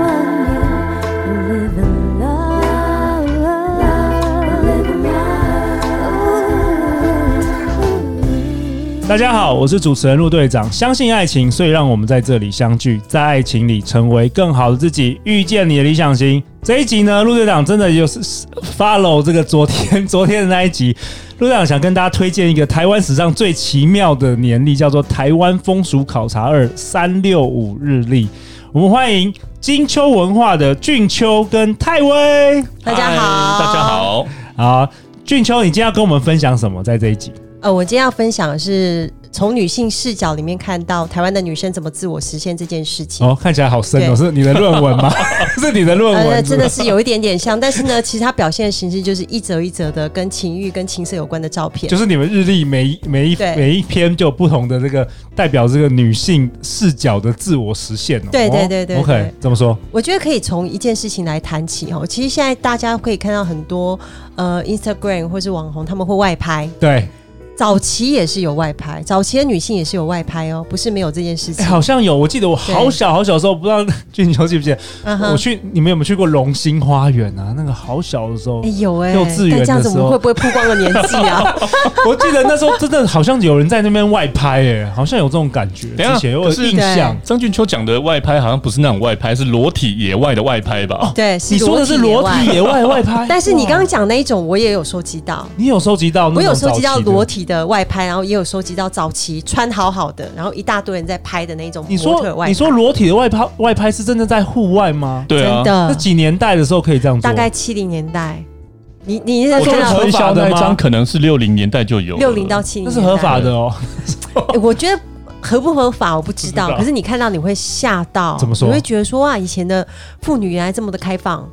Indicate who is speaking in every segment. Speaker 1: love you, live in love, live in love.
Speaker 2: 大家好，我是主持人陆队长。相信爱情，所以让我们在这里相聚，在爱情里成为更好的自己，遇见你的理想型。这一集呢，陆队长真的就是 follow 这个昨天 昨天的那一集。陆队长想跟大家推荐一个台湾史上最奇妙的年历，叫做《台湾风俗考察二三六五日历》。我们欢迎金秋文化的俊秋跟泰威。
Speaker 3: 大家好，
Speaker 4: 嗨大家。好。
Speaker 2: 好，俊秋，你今天要跟我们分享什么？在这一集？
Speaker 3: 呃，我今天要分享的是从女性视角里面看到台湾的女生怎么自我实现这件事情。
Speaker 2: 哦，看起来好深哦，
Speaker 3: 对
Speaker 2: 是你的论文 吗？ 是你的论文
Speaker 3: 呃，
Speaker 2: 是
Speaker 3: 真
Speaker 2: 吗
Speaker 3: 的是有一点点像，但是呢，其实它表现的形式就是一则一则的跟情欲、跟情色有关的照片
Speaker 2: 就。是你们日历每一每一
Speaker 3: 对
Speaker 2: 每一篇就有不同的这个代表这个女性视角的自我实现哦。
Speaker 3: 对对
Speaker 2: 哦
Speaker 3: 对对
Speaker 2: OK，
Speaker 3: 对
Speaker 2: 这么说
Speaker 3: 我觉得可以从一件事情来谈起哦。其实现在大家可以看到很多呃 Instagram 或是网红他们会外拍，
Speaker 2: 对、
Speaker 3: 早期也是有外拍，早期的女性也是有外拍哦，不是没有这件事
Speaker 2: 哎
Speaker 3: 情。
Speaker 2: 好像有，我记得我好
Speaker 3: 对
Speaker 2: 小好小的时候，不知道 俊球记不记得？
Speaker 3: 嗯哼
Speaker 2: 我去，你们有没有去过龙兴花园啊？那个好小的时候
Speaker 3: 哎，有哎、
Speaker 2: 幼稚园
Speaker 3: 但这样子
Speaker 2: 的
Speaker 3: 我
Speaker 2: 时候
Speaker 3: 们会不会曝光了年纪 啊？
Speaker 2: 我记得那时候真的好像有人在那边外拍、哎，好像有这种感觉，
Speaker 4: 等一下
Speaker 2: 之前有
Speaker 4: 可是
Speaker 2: 印象。
Speaker 4: 张俊秋讲的外拍好像不是那种外拍，是裸体野外的外拍吧？
Speaker 3: 对，
Speaker 2: 你说的是裸
Speaker 3: 野外
Speaker 2: 体野外外拍，
Speaker 3: 但是你刚
Speaker 2: 哇
Speaker 3: 刚讲那一种，我也有收集到，
Speaker 2: 你有收集到那
Speaker 3: 我
Speaker 2: 种
Speaker 3: 有
Speaker 2: 早期的？
Speaker 3: 收集到裸体的外拍，然后也有收集到早期穿好好的，然后一大堆人在拍的那种
Speaker 2: 你
Speaker 3: 模特
Speaker 2: 说
Speaker 3: 外拍。
Speaker 2: 你说裸体的外拍外拍是真的在户外吗？
Speaker 4: 对啊
Speaker 3: 真，的
Speaker 2: 那几年代的时候可以这样做，
Speaker 3: 嗯大概七零年代，你你在
Speaker 4: 我觉
Speaker 3: 说
Speaker 4: 得
Speaker 2: 很
Speaker 4: 合
Speaker 2: 小
Speaker 4: 法
Speaker 2: 的
Speaker 4: 的那
Speaker 2: 吗
Speaker 4: 一张可能是六零年代就有了
Speaker 3: 六零到七零，
Speaker 2: 那是合法的、哦。
Speaker 3: 诶我觉得。合不合法我不知
Speaker 2: 不
Speaker 3: 道，
Speaker 2: 知道
Speaker 3: 可是你看到你会吓到，
Speaker 2: 怎么说
Speaker 3: 你会觉得说哇，以前的妇女原来这么的开放，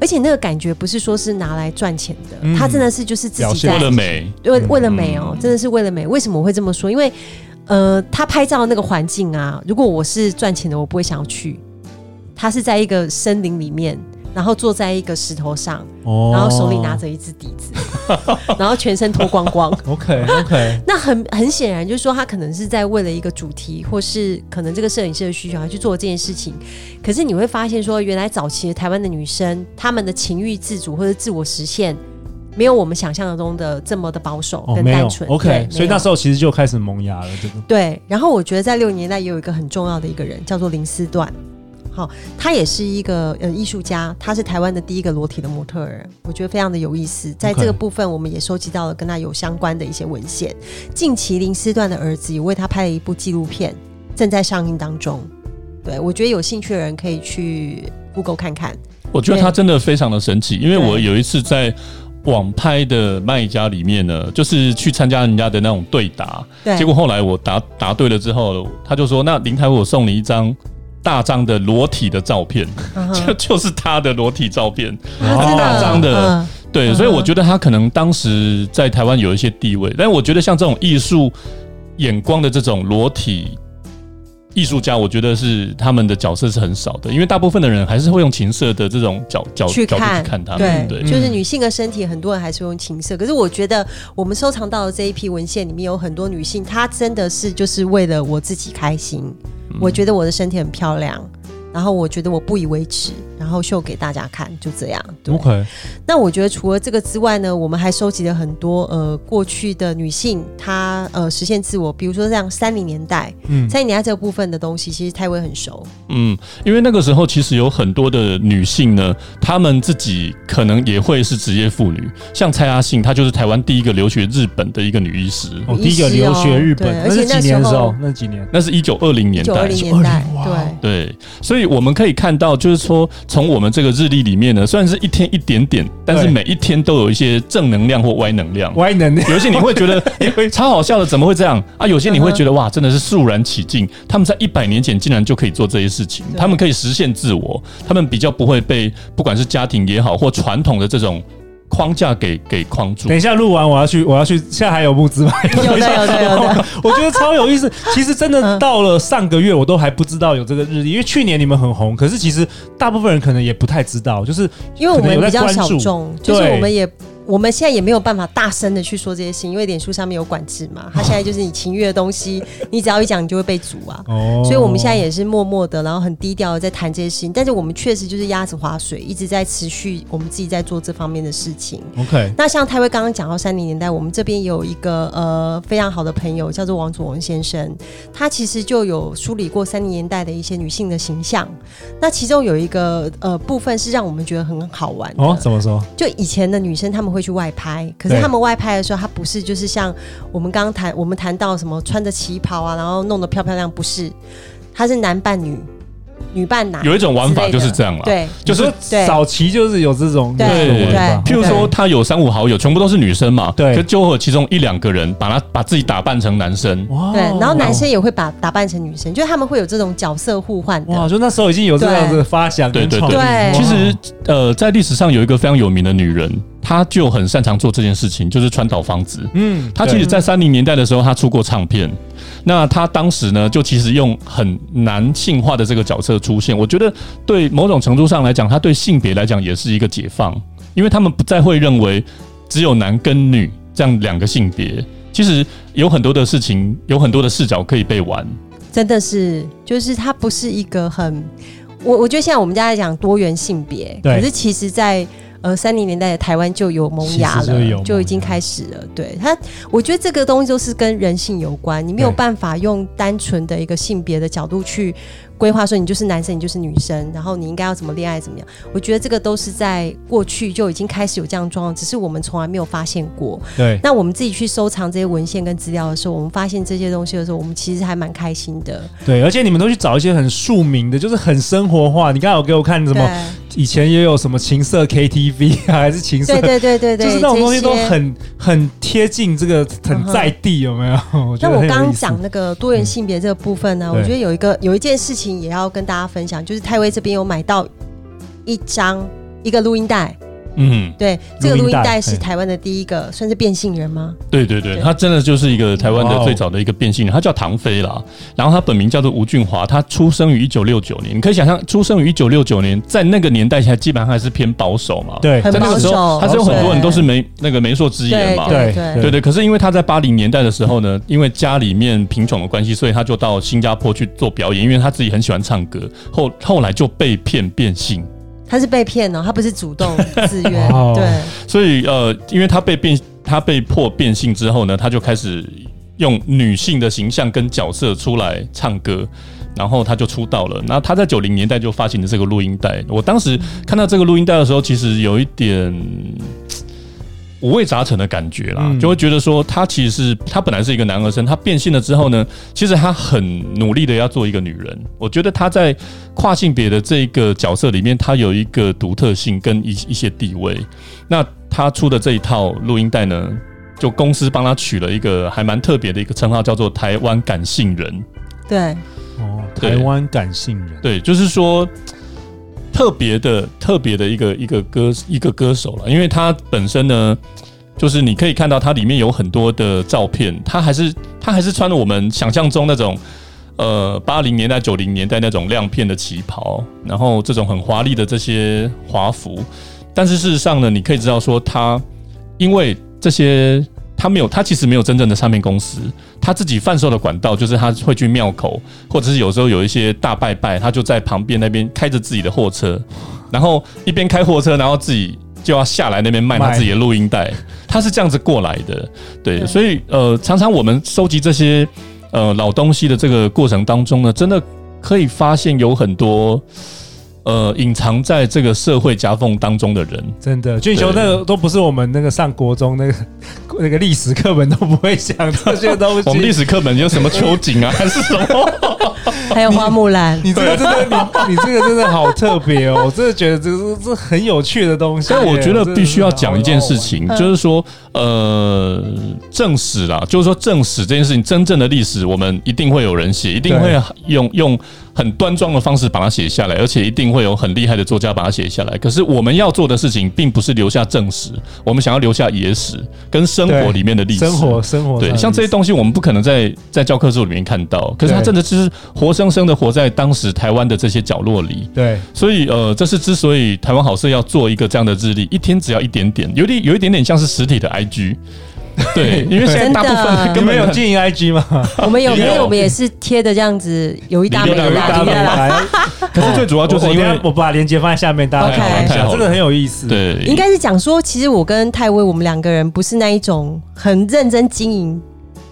Speaker 3: 而且那个感觉不是说是拿来赚钱的，
Speaker 2: 嗯
Speaker 3: 她真的是就是自
Speaker 2: 表
Speaker 3: 己
Speaker 2: 现
Speaker 3: 在
Speaker 4: 为了美，
Speaker 3: 为
Speaker 2: 嗯
Speaker 3: 为了美哦，真的是为了美。为什么我会这么说？因为呃，他拍照的那个环境啊，如果我是赚钱的，我不会想要去。他是在一个森林里面，然后坐在一个石头上，
Speaker 2: 哦
Speaker 3: 然后手里拿着一支笛子，然后全身脱光光。
Speaker 2: OK
Speaker 3: 嗯
Speaker 2: OK，
Speaker 3: 那很很显然就是说，他可能是在为了一个主题，或是可能这个摄影师的需求，他去做这件事情。可是你会发现说，原来早期的台湾的女生，她们的情欲自主或者自我实现，没有我们想象中的这么的保守
Speaker 2: 哦
Speaker 3: 跟
Speaker 2: 没有
Speaker 3: 单纯。
Speaker 2: OK，所以那时
Speaker 3: 候。
Speaker 2: 候其实就开始萌芽了这个。
Speaker 3: 对，然后我觉得在六零年代也有一个很重要的一个人，叫做林思段。好、他也是一个呃艺术家，他是台湾的第一个裸体的模特儿，我觉得非常的有意思。在
Speaker 2: OK
Speaker 3: 这个部分，我们也收集到了跟他有相关的一些文献。近期林思段的儿子也为他拍了一部纪录片，正在上映当中。对，我觉得有兴趣的人可以去 Google 看看。
Speaker 4: 我觉得它真的非常的神奇，因为
Speaker 3: 对
Speaker 4: 我有一次在。网拍的卖家里面呢，就是去参加人家的那种对答，
Speaker 3: 对，
Speaker 4: 结果后来我答答对了之后，他就说：“那林台我送你一张大张的裸体的照片，
Speaker 3: 嗯哼
Speaker 4: 就就是他的裸体照片。”
Speaker 3: 啊真的
Speaker 4: 大张的
Speaker 3: 嗯
Speaker 4: 对，
Speaker 3: 嗯
Speaker 4: 所以我觉得他可能当时在台湾有一些地位，但我觉得像这种艺术眼光的这种裸体艺术家，我觉得是他们的角色是很少的，因为大部分的人还是会用情色的这种角角
Speaker 3: 去
Speaker 4: 角度
Speaker 3: 看
Speaker 4: 去看他
Speaker 3: 对
Speaker 4: 们。，对，
Speaker 3: 就是女性的身体，很多人还是用情色。可是我觉得我们收藏到的这一批文献里面，有很多女性，她真的是就是为了我自己开心。我觉得我的身体很漂亮，然后我觉得我不以为耻，然后秀给大家看，就这样。对
Speaker 2: OK，
Speaker 3: 那我觉得除了这个之外呢，我们还收集了很多呃过去的女性她呃实现自我，比如说像三零年代，
Speaker 2: 嗯，
Speaker 3: 三零年代这个部分的东西，其实泰威很熟。
Speaker 4: 嗯，因为那个时候其实有很多的女性呢，她们自己可能也会是职业妇女，像蔡阿信，她就是台湾第一个留学日本的一个女医师，
Speaker 2: 哦，第一个留学日本
Speaker 3: 对，
Speaker 2: 那
Speaker 3: 而
Speaker 2: 是
Speaker 3: 且
Speaker 2: 几
Speaker 3: 那时
Speaker 2: 年的时候
Speaker 3: 候？
Speaker 2: 那几年
Speaker 4: 那是一九二零年
Speaker 3: 九
Speaker 4: 代
Speaker 3: 二，零年代
Speaker 2: 1920，哇哦
Speaker 3: 对。
Speaker 4: 对，所以我们可以看到，就是说，从我们这个日历里面呢，虽然是一天一点点，但是
Speaker 2: 对
Speaker 4: 每一天都有一些正能量或歪能量。
Speaker 2: 歪能量，
Speaker 4: 有些你会觉 得诶超好笑的，怎么会这样啊？有些
Speaker 2: 嗯
Speaker 4: 你会觉得哇，真的是肃然起敬。他们在一百年前竟然就可以做这些事情，
Speaker 3: 对
Speaker 4: 他们可以实现自我，他们比较不会被不管是家庭也好或传统的这种框架给给框住
Speaker 2: 等。一下录完，我要去，我要去。现在还有募资吗？
Speaker 3: 有的有的有的，
Speaker 2: 我觉得超有意思。其实真的
Speaker 3: 嗯
Speaker 2: 到了上个月，我都还不知道有这个日历，因为去年你们很红，可是其实大部分人可能也不太知道，就是
Speaker 3: 因为我
Speaker 2: 可能
Speaker 3: 们
Speaker 2: 有
Speaker 3: 比
Speaker 2: 在
Speaker 3: 较
Speaker 2: 关
Speaker 3: 小
Speaker 2: 注
Speaker 3: 众，就是
Speaker 2: 对
Speaker 3: 我们也我们现在也没有办法大声的去说这些事情，因为脸书上面有管制嘛。它现在就是你情欲的东西，你只要一讲，你就会被阻啊。
Speaker 2: 哦
Speaker 3: 所以我们现在也是默默的，然后很低调的在谈这些事情，但是我们确实就是鸭子划水，一直在持续我们自己在做这方面的事情。
Speaker 2: OK，
Speaker 3: 那像泰威刚刚讲到三零年代，我们这边也有一个呃非常好的朋友，叫做王祖文先生，他其实就有梳理过三零年代的一些女性的形象。那其中有一个呃部分是让我们觉得很好玩的
Speaker 2: 哦，怎么说？
Speaker 3: 就以前的女生她们会去外拍，可是
Speaker 2: 对
Speaker 3: 她们外拍的时候，她不是就是像我们刚刚谈我们谈到什么穿着旗袍啊，然后弄得漂漂亮，不是，她是男扮女，女扮男，
Speaker 4: 有一种玩法
Speaker 3: 之类的
Speaker 4: 就是这样啦
Speaker 3: 对，
Speaker 4: 就是
Speaker 2: 你说早期就是有这种
Speaker 3: 对
Speaker 2: 这种文化
Speaker 4: 譬如说，他有三五好友，全部都是女生嘛，
Speaker 2: 对
Speaker 4: 可就会有其中一两个人把他把自己打扮成男生，
Speaker 2: 哇
Speaker 3: 对，然后男生也会把打扮成女生，就是他们会有这种角色互换
Speaker 2: 哇，
Speaker 3: 的。
Speaker 2: 就那时候已经有这样子的发想跟
Speaker 4: 对对
Speaker 2: 创意。
Speaker 3: 对
Speaker 2: 哇
Speaker 4: 其实，呃，在历史上有一个非常有名的女人，她就很擅长做这件事情，就是川岛芳子。
Speaker 2: 嗯，
Speaker 4: 她其实，在三零年代的时候，她出过唱片。那她当时呢，就其实用很男性化的这个角色出现。我觉得，对某种程度上来讲，她对性别来讲也是一个解放，因为他们不再会认为只有男跟女这样两个性别。其实有很多的事情，有很多的视角可以被玩。
Speaker 3: 真的是，就是它不是一个很，我我觉得现在我们家在讲多元性别，
Speaker 2: 对
Speaker 3: 可是其实在，呃三零年代的台湾就有萌芽
Speaker 2: 其实就有
Speaker 3: 了，
Speaker 2: 萌芽
Speaker 3: 就已经开始了。对它，我觉得这个东西都是跟人性有关，你没有
Speaker 2: 对
Speaker 3: 办法用单纯的一个性别的角度去规划说你就是男生，你就是女生，然后你应该要怎么恋爱怎么样。我觉得这个都是在过去就已经开始有这样的状况，只是我们从来没有发现过。
Speaker 2: 对
Speaker 3: 那我们自己去收藏这些文献跟资料的时候，我们发现这些东西的时候，我们其实还蛮开心的。
Speaker 2: 对，而且你们都去找一些很庶民的，就是很生活化。你刚才有给我看什么？
Speaker 3: 对
Speaker 2: 以前也有什么情色 KTV 啊， 还是情色？
Speaker 3: 对对对对对，
Speaker 2: 就是那种东西都
Speaker 3: 这些。
Speaker 2: 很很贴近这个很
Speaker 3: 嗯哼
Speaker 2: 在地，有没有？ 我觉
Speaker 3: 嗯那
Speaker 2: 得
Speaker 3: 我
Speaker 2: 很有
Speaker 3: 刚刚
Speaker 2: 意思嗯
Speaker 3: 讲那个多元性别这个部分呢，
Speaker 2: 对
Speaker 3: 我觉得有一个有一件事情也要跟大家分享，就是泰威这边有买到一张一个录音带，
Speaker 4: 嗯，
Speaker 3: 对，这个录
Speaker 2: 录音
Speaker 3: 音
Speaker 2: 带
Speaker 3: 带是
Speaker 2: 嘿
Speaker 3: 台湾的第一个算是变性人吗？
Speaker 4: 对对对，
Speaker 3: 对
Speaker 4: 他真的就是一个台湾
Speaker 2: 哇哦
Speaker 4: 的最早的一个变性人，他叫唐飞啦。然后他本名叫做吴俊华，他出生于一九六九年。你可以想象，出生于一九六九年，在那个年代，还基本上还是偏保守嘛。，
Speaker 2: 对
Speaker 3: 很
Speaker 4: 在那
Speaker 3: 保
Speaker 4: 个时候，
Speaker 3: 守，
Speaker 4: 他是有很多人都是
Speaker 3: 对
Speaker 4: 媒那个媒妁之言嘛。
Speaker 2: 对
Speaker 3: 对
Speaker 4: 对对，可是因为他在八零年代的时候呢，因为家里面贫穷的关系，所以他就到新加坡去做表演，因为他自己很喜欢唱歌。后后来就被骗变性，
Speaker 3: 他是被骗哦，他不是主 动自愿
Speaker 2: 哇哦，
Speaker 3: 对，
Speaker 4: 所以呃，因为他被变，他被迫变性之后呢，他就开始用女性的形象跟角色出来唱歌。然后他就出道了。那他在九零年代就发行了这个录音带。我当时看到这个录音带的时候，其实有一点嘖五味杂陈的感觉啦，
Speaker 2: 嗯
Speaker 4: 就会觉得说他其实是他本来是一个男儿身，他变性了之后呢，其实他很努力的要做一个女人。我觉得他在跨性别的这个角色里面，他有一个独特性跟一一些地位。那他出的这一套录音带呢，就公司帮他取了一个还蛮特别的一个称号，叫做“台湾感性人
Speaker 3: 对，
Speaker 2: 哦，
Speaker 4: 对
Speaker 2: 台湾感性人”。。
Speaker 4: 对，就是说特别的、特别的一个一个歌一个歌手了，因为他本身呢，就是你可以看到它里面有很多的照片，他还是他还是穿了我们想象中那种。呃，八零年代、九零年代那种亮片的旗袍，然后这种很华丽的这些华服，但是事实上呢，你可以知道说他，因为这些他没有，他其实没有真正的唱片公司，他自己贩售的管道就是他会去庙口，或者是有时候有一些大拜拜，他就在旁边那边开着自己的货车，然后一边开货车，然后自己就要下来那边卖他
Speaker 2: 卖
Speaker 4: 自己的录音带，他是这样子过来的，对，
Speaker 3: 对
Speaker 4: 所以呃，常常我们收集这些呃老东西的这个过程当中呢，真的可以发现有很多。呃，隐藏在这个社会夹缝当中的人，
Speaker 2: 真的，俊雄
Speaker 4: 对
Speaker 2: 那个都不是我们那个上国中那个 那个历史 课本都不会讲这些东西。
Speaker 4: 我们历史课本有什么秋瑾啊，还是什么？
Speaker 3: 还有花木兰，
Speaker 2: 你这个真的，你你这个真的好特别哦！我 真的觉得这是这很有趣的东西耶。
Speaker 4: 但哎我觉得必须要讲一件事
Speaker 2: 真
Speaker 4: 情，就是说，呃，正史啦，就是说正史这件事情，真正的历史，我们一定会有人写，一定会
Speaker 2: 对
Speaker 4: 用用很端庄的方式把它写下来，而且一定会有很厉害的作家把它写下来。可是我们要做的事情，并不是留下正史，我们想要留下野史跟生活
Speaker 2: 对
Speaker 4: 里面的历
Speaker 2: 的
Speaker 4: 史。
Speaker 2: 很好玩生活生活上的意
Speaker 4: 对，
Speaker 2: 思
Speaker 4: 像这些东西我们不可能在在教科书里面看到，可是它
Speaker 2: 对
Speaker 4: 真的就是活生生的活在当时台湾的这些角落里。
Speaker 2: 对
Speaker 4: 所以呃，这是之所以台湾好事要做一个这样的日历，一天只要一点点，有点有一点点像是实体的 IG。对， 因为现在大部分
Speaker 3: 真的
Speaker 2: 你
Speaker 4: 根
Speaker 2: 们
Speaker 4: 本
Speaker 2: 有
Speaker 4: 很
Speaker 2: 经
Speaker 3: 嗯
Speaker 2: 营 IG 吗？
Speaker 3: 我们有
Speaker 4: 没有
Speaker 3: 没有？我们也是贴的这样子，有一搭啊没
Speaker 4: 有
Speaker 3: 有
Speaker 4: 一搭
Speaker 3: 啦，
Speaker 4: 没
Speaker 3: 有啦。
Speaker 4: 可是最主要就是
Speaker 2: 我
Speaker 4: 哦因
Speaker 2: 等一
Speaker 4: 为
Speaker 2: 下我把链接放在下面，大家看一
Speaker 3: 太
Speaker 2: 下，
Speaker 4: 好了
Speaker 2: 这个很有意思。，
Speaker 4: 对，
Speaker 3: 应该是讲说，其实我跟泰威，我们两个人不是那一种很认真经营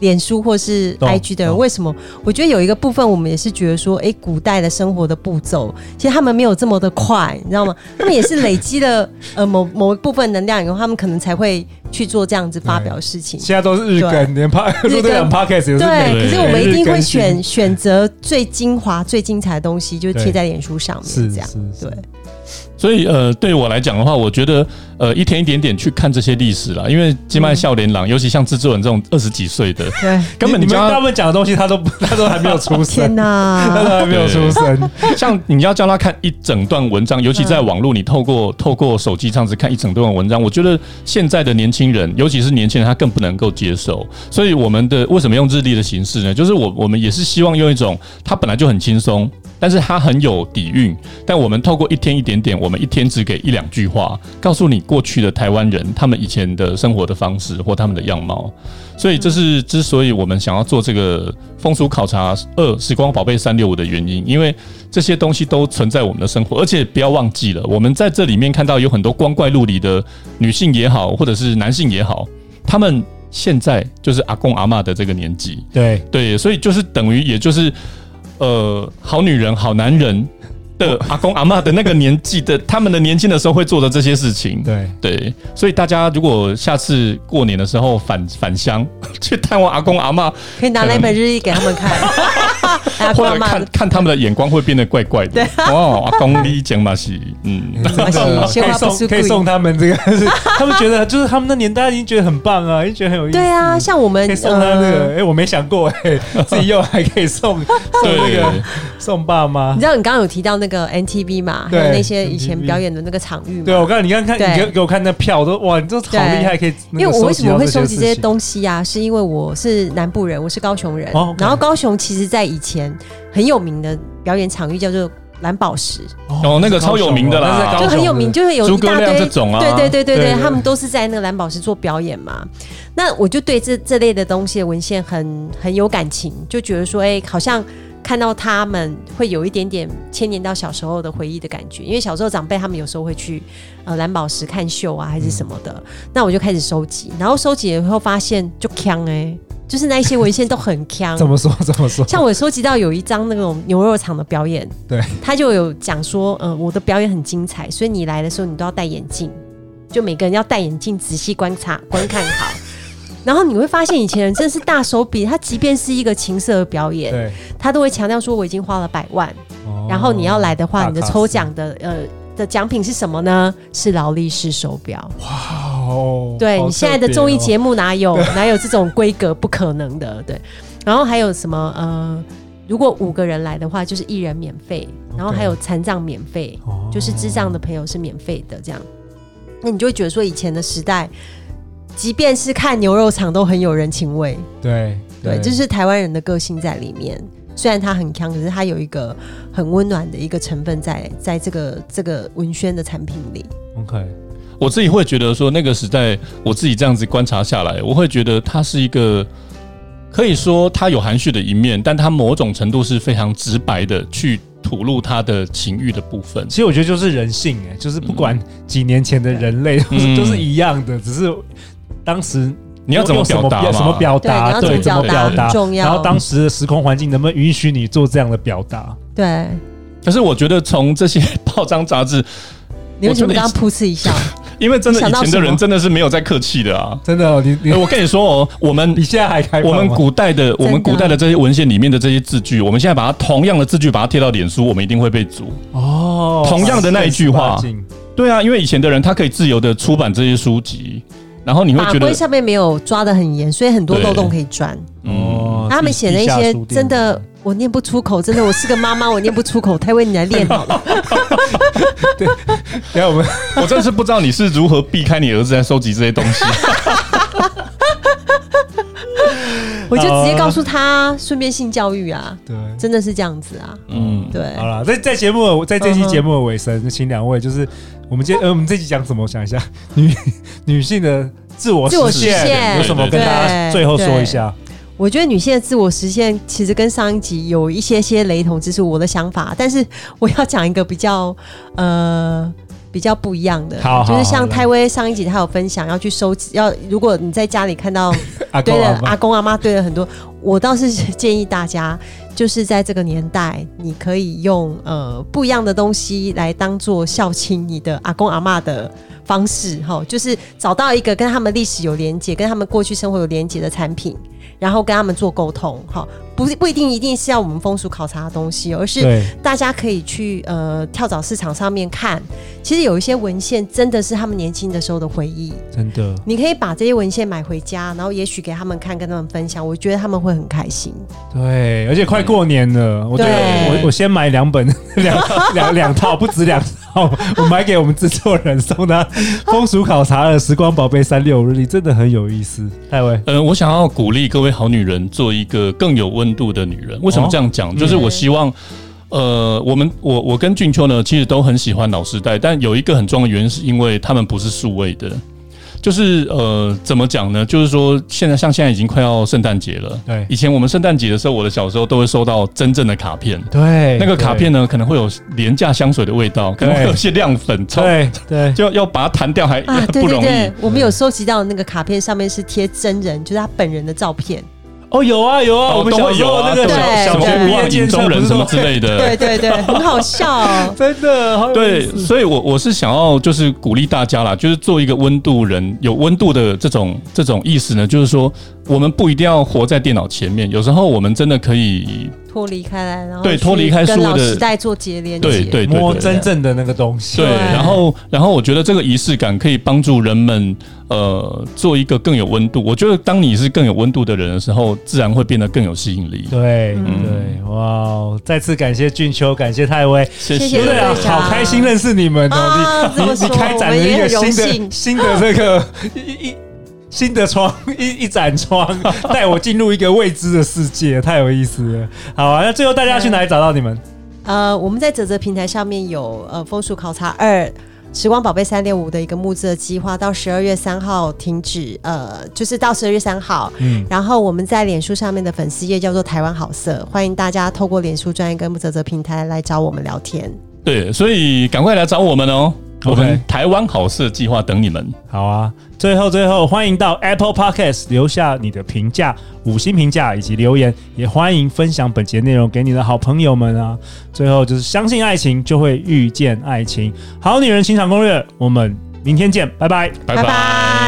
Speaker 3: 脸书或是
Speaker 2: 懂
Speaker 3: IG 的人。
Speaker 2: 懂
Speaker 3: 为什么？我觉得有一个部分，我们也是觉得说，诶，哎古代的生活的步骤，其实他们没有这么的快，你知道吗？他们也是累积了呃某 某一部分能量以后，他们可能才会去做这样子发表事情。
Speaker 2: 现在哎都是日更，连 p
Speaker 3: 更
Speaker 2: 陆队长 podcast 也是
Speaker 3: 对，
Speaker 2: 每
Speaker 3: 可是我
Speaker 2: 每
Speaker 3: 们
Speaker 2: 日
Speaker 3: 一定会
Speaker 2: 更新
Speaker 3: 选选择最精华、最精彩的东西，就是贴
Speaker 2: 对
Speaker 3: 在脸书上
Speaker 2: 是
Speaker 3: 面，这样
Speaker 2: 是是
Speaker 3: 对。
Speaker 4: 所以呃，对我来讲的话，我觉得呃，一天一点点去看这些历史啦，因为金麦笑脸郎，尤其像制作人这种二十几岁的，
Speaker 3: 对，
Speaker 4: 根本
Speaker 2: 你你
Speaker 4: 你就
Speaker 2: 们大
Speaker 4: 要
Speaker 2: 部分讲的东西，他都不 他都还没有出
Speaker 3: 天
Speaker 2: 生， 他
Speaker 3: 哪！
Speaker 2: 都还没有出生。
Speaker 4: 像你要叫他看一整段文章，尤其在网络，你透过透过手机这样子看一整段文章，我觉得现在的年轻人，尤其是年轻人，他更不能够接受。所以我们的为什么用日历的形式呢？就是我我们也是希望用一种它本来就很轻松，但是它很有底蕴。但我们透过一天一点点，我们一天只给一两句话，告诉你过去的台湾人他们以前的生活的方式或他们的样貌。所以这是之所以我们想要做这个风俗考察二时光宝贝三六五的原因，因为这些东西都存在我们的生活，而且不要忘记了，我们在这里面看到有很多光怪陆离的女性也好，或者是男性也好，他们现在就是阿公阿嬷的这个年纪，
Speaker 2: 对，
Speaker 4: 对，所以就是等于也就是呃，好女人、好男人的阿公阿嬷的那个年纪的，他们的年轻的时候会做的这些事情，
Speaker 2: 对，
Speaker 4: 对，所以大家如果下次过年的时候返返乡 去探望阿公阿嬷，
Speaker 3: 可以拿那本日历给他 们看，阿
Speaker 4: 或
Speaker 3: 公阿
Speaker 4: 者
Speaker 3: 妈
Speaker 4: 看看他们的眼光会变得怪怪的。哦，阿公你讲嘛是，嗯，
Speaker 3: 么
Speaker 2: 呃
Speaker 3: 鲜
Speaker 2: 可以
Speaker 3: 花不
Speaker 2: 送
Speaker 3: 是
Speaker 2: 可
Speaker 3: 贵
Speaker 2: 以。送他们这个， 他们觉得就是他们那年代已经觉得很棒啊，已经觉得很有意思。
Speaker 3: 对啊，像我们
Speaker 2: 可以送他那个，
Speaker 3: 嗯
Speaker 2: 哎、我没想过、哎，自己用还可以送送那
Speaker 4: 对
Speaker 2: 个送爸妈
Speaker 3: 你。知道你刚刚有提到那个 NTV 嘛，还有
Speaker 2: 对
Speaker 3: 那些以前
Speaker 2: NTV
Speaker 3: 表演的那个场域嘛。
Speaker 2: 对，我刚才你刚刚看，
Speaker 3: 对
Speaker 2: 你给给我看那票，我都哇，你这好厉害，可以那
Speaker 3: 因为
Speaker 2: 个
Speaker 3: 我为
Speaker 2: 收
Speaker 3: 什
Speaker 2: 集到
Speaker 3: 么会收
Speaker 2: 这
Speaker 3: 集
Speaker 2: 些
Speaker 3: 这些东西啊？是因为我是南部人，我是高雄人。
Speaker 2: 哦，OK
Speaker 3: 然后高雄其实在以前很有名的表演场域叫做蓝宝石，
Speaker 2: 西
Speaker 4: 哦那个超有名的啦
Speaker 2: 哦那是在高
Speaker 3: 就
Speaker 2: 雄
Speaker 3: 很有名，就是有
Speaker 4: 诸
Speaker 3: 一
Speaker 4: 葛
Speaker 3: 大
Speaker 4: 亮
Speaker 3: 堆
Speaker 4: 这种啊，
Speaker 3: 对对对对
Speaker 2: 对
Speaker 3: 对，
Speaker 2: 对。
Speaker 3: 他们都是在那个蓝宝石做表演嘛。那我就对这这类的东西的文献很很有感情，就觉得说，哎、好像看到他们会有一点点牵连到小时候的回忆的感觉，因为小时候长辈他们有时候会去呃蓝宝石看秀啊，还是什么的。
Speaker 4: 嗯
Speaker 3: 那我就开始收集，然后收集了以后发现就呛哎、就是那一些文献都很呛欸
Speaker 2: 怎么说怎么说？
Speaker 3: 像我收集到有一张那种牛肉厂的表演，
Speaker 2: 对，
Speaker 3: 他就有讲说，呃，我的表演很精彩，所以你来的时候你都要戴眼镜，就每个人要戴眼镜仔细观察观看好。然后你会发现，以前人真是大手笔，他即便是一个情色的表演，
Speaker 2: 对，
Speaker 3: 他都会强调说我已经花了百万，
Speaker 2: 哦
Speaker 3: 然后你要来的话，
Speaker 2: 大
Speaker 3: 你的
Speaker 2: 卡司
Speaker 3: 抽奖的呃的奖品是什么呢？是劳力士手表。
Speaker 2: 哦，
Speaker 3: 对你现在的综艺节
Speaker 2: 目
Speaker 3: 目哪有哪有这种规格？不可能的，对。然后还有什么呃，如果五个人来的话，就是一人免费，然后
Speaker 2: OK
Speaker 3: 还有残障免费
Speaker 2: 哦
Speaker 3: 就是智障的朋友是免费的这样。那你就会觉得说，以前的时代，即便是看牛肉场都很有人情味，
Speaker 2: 对
Speaker 3: 对，这是台湾人的个性在里面。虽然它很强，可是它有一个很温暖的一个成分在在这个这个文宣的产品里。
Speaker 2: OK，
Speaker 4: 我自己会觉得说，那个时代我自己这样子观察下来，我会觉得它是一个可以说它有含蓄的一面，但它某种程度是非常直白的去吐露它的情欲的部分。
Speaker 2: 其实我觉得就是人性、哎，就是不管
Speaker 3: 嗯
Speaker 2: 几年前的人类都是、
Speaker 4: 嗯
Speaker 2: 都是一样的，只是当时
Speaker 4: 你要怎么
Speaker 2: 用什
Speaker 4: 表达嘛？
Speaker 2: 什么表
Speaker 3: 对，你
Speaker 2: 达，
Speaker 3: 要怎
Speaker 2: 对，
Speaker 3: 么
Speaker 2: 怎么
Speaker 3: 表达
Speaker 2: 表
Speaker 3: 很
Speaker 2: 达，
Speaker 3: 重要。
Speaker 2: 然后当时的时空环境能不能允许你做这样的表达？
Speaker 3: 对，
Speaker 4: 可是我觉得从这些报章杂志，
Speaker 3: 你为什么
Speaker 4: 我觉得
Speaker 3: 刚刚噗嗤一笑？
Speaker 4: 因为真的
Speaker 3: 想
Speaker 4: 以
Speaker 3: 到
Speaker 4: 前的
Speaker 3: 什
Speaker 4: 人
Speaker 3: 么
Speaker 4: 真的是没有在客气的啊。
Speaker 2: 真的哦，你
Speaker 4: 哎
Speaker 2: 你
Speaker 4: 我跟你说哦，我们
Speaker 2: 比现在还开放
Speaker 4: 我
Speaker 2: 吗
Speaker 4: 们古代的啊我们古代的这些文献里面的这些字句，我们现在把它同样的字句把它贴到脸书，我们一定会被阻。
Speaker 2: 哦
Speaker 4: 同样的那一句话对啊，因为以前的人他可以自由的出版这些书籍，然后你会
Speaker 3: 法
Speaker 4: 觉得
Speaker 3: 规上面没有抓得很严，所以很多
Speaker 4: 对
Speaker 3: 漏洞可以钻。
Speaker 4: 嗯，
Speaker 2: 哦
Speaker 3: 他们写的
Speaker 2: 地
Speaker 3: 一
Speaker 2: 下
Speaker 3: 些
Speaker 2: 书店
Speaker 3: 真的我念不出口，真的我是个妈妈，我念不出口，太为你来练 好了。
Speaker 2: 等一下我们
Speaker 4: 我真的是不知道你是如何避开你儿子在收集这些东 西。
Speaker 3: 我就直
Speaker 2: 啊
Speaker 3: 接告诉他，顺便性教育啊，
Speaker 2: 对。
Speaker 3: 真的是这样子啊，
Speaker 4: 嗯，
Speaker 3: 对。
Speaker 2: 好了，在在节目的在
Speaker 3: 嗯
Speaker 2: 这期节目的尾声，请两位就是我们今呃我们这集讲什么？我想一下， 女女性的自我
Speaker 3: 自我
Speaker 2: 实
Speaker 3: 实现
Speaker 2: 有什么
Speaker 4: 对
Speaker 2: 跟
Speaker 3: 对
Speaker 2: 大家
Speaker 3: 对
Speaker 2: 最后说一下？
Speaker 3: 我觉得女性的自我实现其实跟上一集有一些些雷同，这是我的想法。但是我要讲一个比较呃比较不一样的，
Speaker 2: 好好
Speaker 3: 就
Speaker 2: 好
Speaker 3: 是像
Speaker 2: 来
Speaker 3: 泰威上一集他有分享要去收集，要如果你在家里看到
Speaker 2: 阿
Speaker 3: 对
Speaker 2: 公
Speaker 3: 了
Speaker 2: 阿
Speaker 3: 阿
Speaker 2: 妈，
Speaker 3: 公阿妈对了很多，我倒是 建议大家就是在这个年代，你可以用呃不一样的东西来当做孝亲你的阿公阿妈的。方式哈，就是找到一个跟他们历史有连接、跟他们过去生活有连接的产品，然后跟他们做沟通，哈，不是不一定一定是要我们风俗考察的东西哦，而是
Speaker 2: 对
Speaker 3: 大家可以去呃跳蚤市场上面看，其实有一些文献真的是他们年轻的时候的回忆，
Speaker 2: 真的
Speaker 3: 你可以把这些文献买回家，然后也许给他们看，跟他们分享，我觉得他们会很开心。
Speaker 2: 对，而且快过年了，我
Speaker 3: 对
Speaker 2: 我我先买两本 两两两套，不止两套，我买给我们制作人送他《风俗考察的时光宝贝三六五日历》，真的很有意思。戴维，
Speaker 4: 呃，我想要鼓励各位好女人做一个更有温度的女人。为什
Speaker 2: 哦
Speaker 4: 么这样
Speaker 2: 嗯
Speaker 4: 讲？就是我希望，呃，我们我我跟俊秋呢，其实都很喜欢老时代，但有一个很重要的原因，是因为他们不是数位的。就是呃，怎么讲呢？就是说，现在像现在已经快要圣诞节了。
Speaker 2: 对
Speaker 4: 以前我们圣诞节的时候，我的小时候都会收到真正的卡片。
Speaker 2: 对
Speaker 4: 那个卡片呢，可能会有廉价香水的味道，可能会有些亮粉，超
Speaker 2: 对对
Speaker 4: 就要把它弹掉还
Speaker 3: 啊，对
Speaker 4: 不
Speaker 3: 对
Speaker 4: 容易。
Speaker 3: 对，我们有收集到那个卡片，上面是贴真人，就是他本人的照片。
Speaker 2: 哦，有啊有啊，
Speaker 4: 哦
Speaker 2: 我们
Speaker 4: 都
Speaker 2: 小
Speaker 4: 会
Speaker 2: 时
Speaker 4: 有
Speaker 2: 候
Speaker 4: 啊，
Speaker 2: 那个
Speaker 3: 对
Speaker 2: 小小
Speaker 4: 什么
Speaker 2: 学
Speaker 4: 不
Speaker 2: 毕业
Speaker 4: 忘影
Speaker 2: 见证
Speaker 4: 中人
Speaker 2: 不是
Speaker 4: 什么
Speaker 2: 都
Speaker 4: 之类的，
Speaker 3: 对对对，很好笑哦。
Speaker 2: 真的好有
Speaker 4: 对
Speaker 2: 意，思
Speaker 4: 所以我，我是想要就是鼓励大家啦，就是做一个温度人，有温度的这种这种意思呢，就是说我们不一定要活在电脑前面，有时候我们真的可以，
Speaker 3: 脱离开来，然后
Speaker 4: 对
Speaker 3: 去
Speaker 4: 脱离开所
Speaker 3: 跟
Speaker 4: 有
Speaker 3: 老
Speaker 4: 的
Speaker 3: 时代做节连接。
Speaker 4: 对对对对
Speaker 2: 摸
Speaker 4: 对
Speaker 2: 真正的那个东西，
Speaker 4: 对，
Speaker 3: 对
Speaker 4: 然后然后我觉得这个仪式感可以帮助人们呃做一个更有温度。我觉得当你是更有温度的人的时候，自然会变得更有吸引力。
Speaker 2: 对
Speaker 3: 嗯
Speaker 2: 对，哇哦！再次感谢俊秋，感谢泰威，
Speaker 4: 谢
Speaker 3: 谢谢
Speaker 2: 对啊，
Speaker 3: 队长
Speaker 2: 好开心认识你们哦
Speaker 3: 啊！
Speaker 2: 你
Speaker 3: 这
Speaker 2: 你
Speaker 3: 么
Speaker 2: 你
Speaker 3: 说
Speaker 2: 开展了
Speaker 3: 我们
Speaker 2: 一个
Speaker 3: 也很荣
Speaker 2: 新的
Speaker 3: 幸
Speaker 2: 新的这个 一一。新的窗一一 盏窗，带我进入一个未知的世界，太有意思了。好啊，那最后大家去哪里找到你们？
Speaker 3: 呃，我们在泽泽平台上面有呃《风俗考察二》。时光宝贝三六五的一个募资的计划，到十二月三号停止，呃，就是到十二月三号。
Speaker 2: 嗯
Speaker 3: 然后我们在脸书上面的粉丝页叫做“台湾好色”，欢迎大家透过脸书专业跟泽泽平台来找我们聊天。
Speaker 4: 对，所以赶快来找我们哦。我
Speaker 2: OK
Speaker 4: 们台湾好事计划等你们。
Speaker 2: 好啊，最后最后，欢迎到 Apple Podcast 留下你的评价、五星评价以及留言，也欢迎分享本节内容给你的好朋友们啊。最后就是相信爱情，就会遇见爱情。好女人情场攻略，我们明天见，拜拜。
Speaker 4: 拜
Speaker 3: 拜
Speaker 4: 拜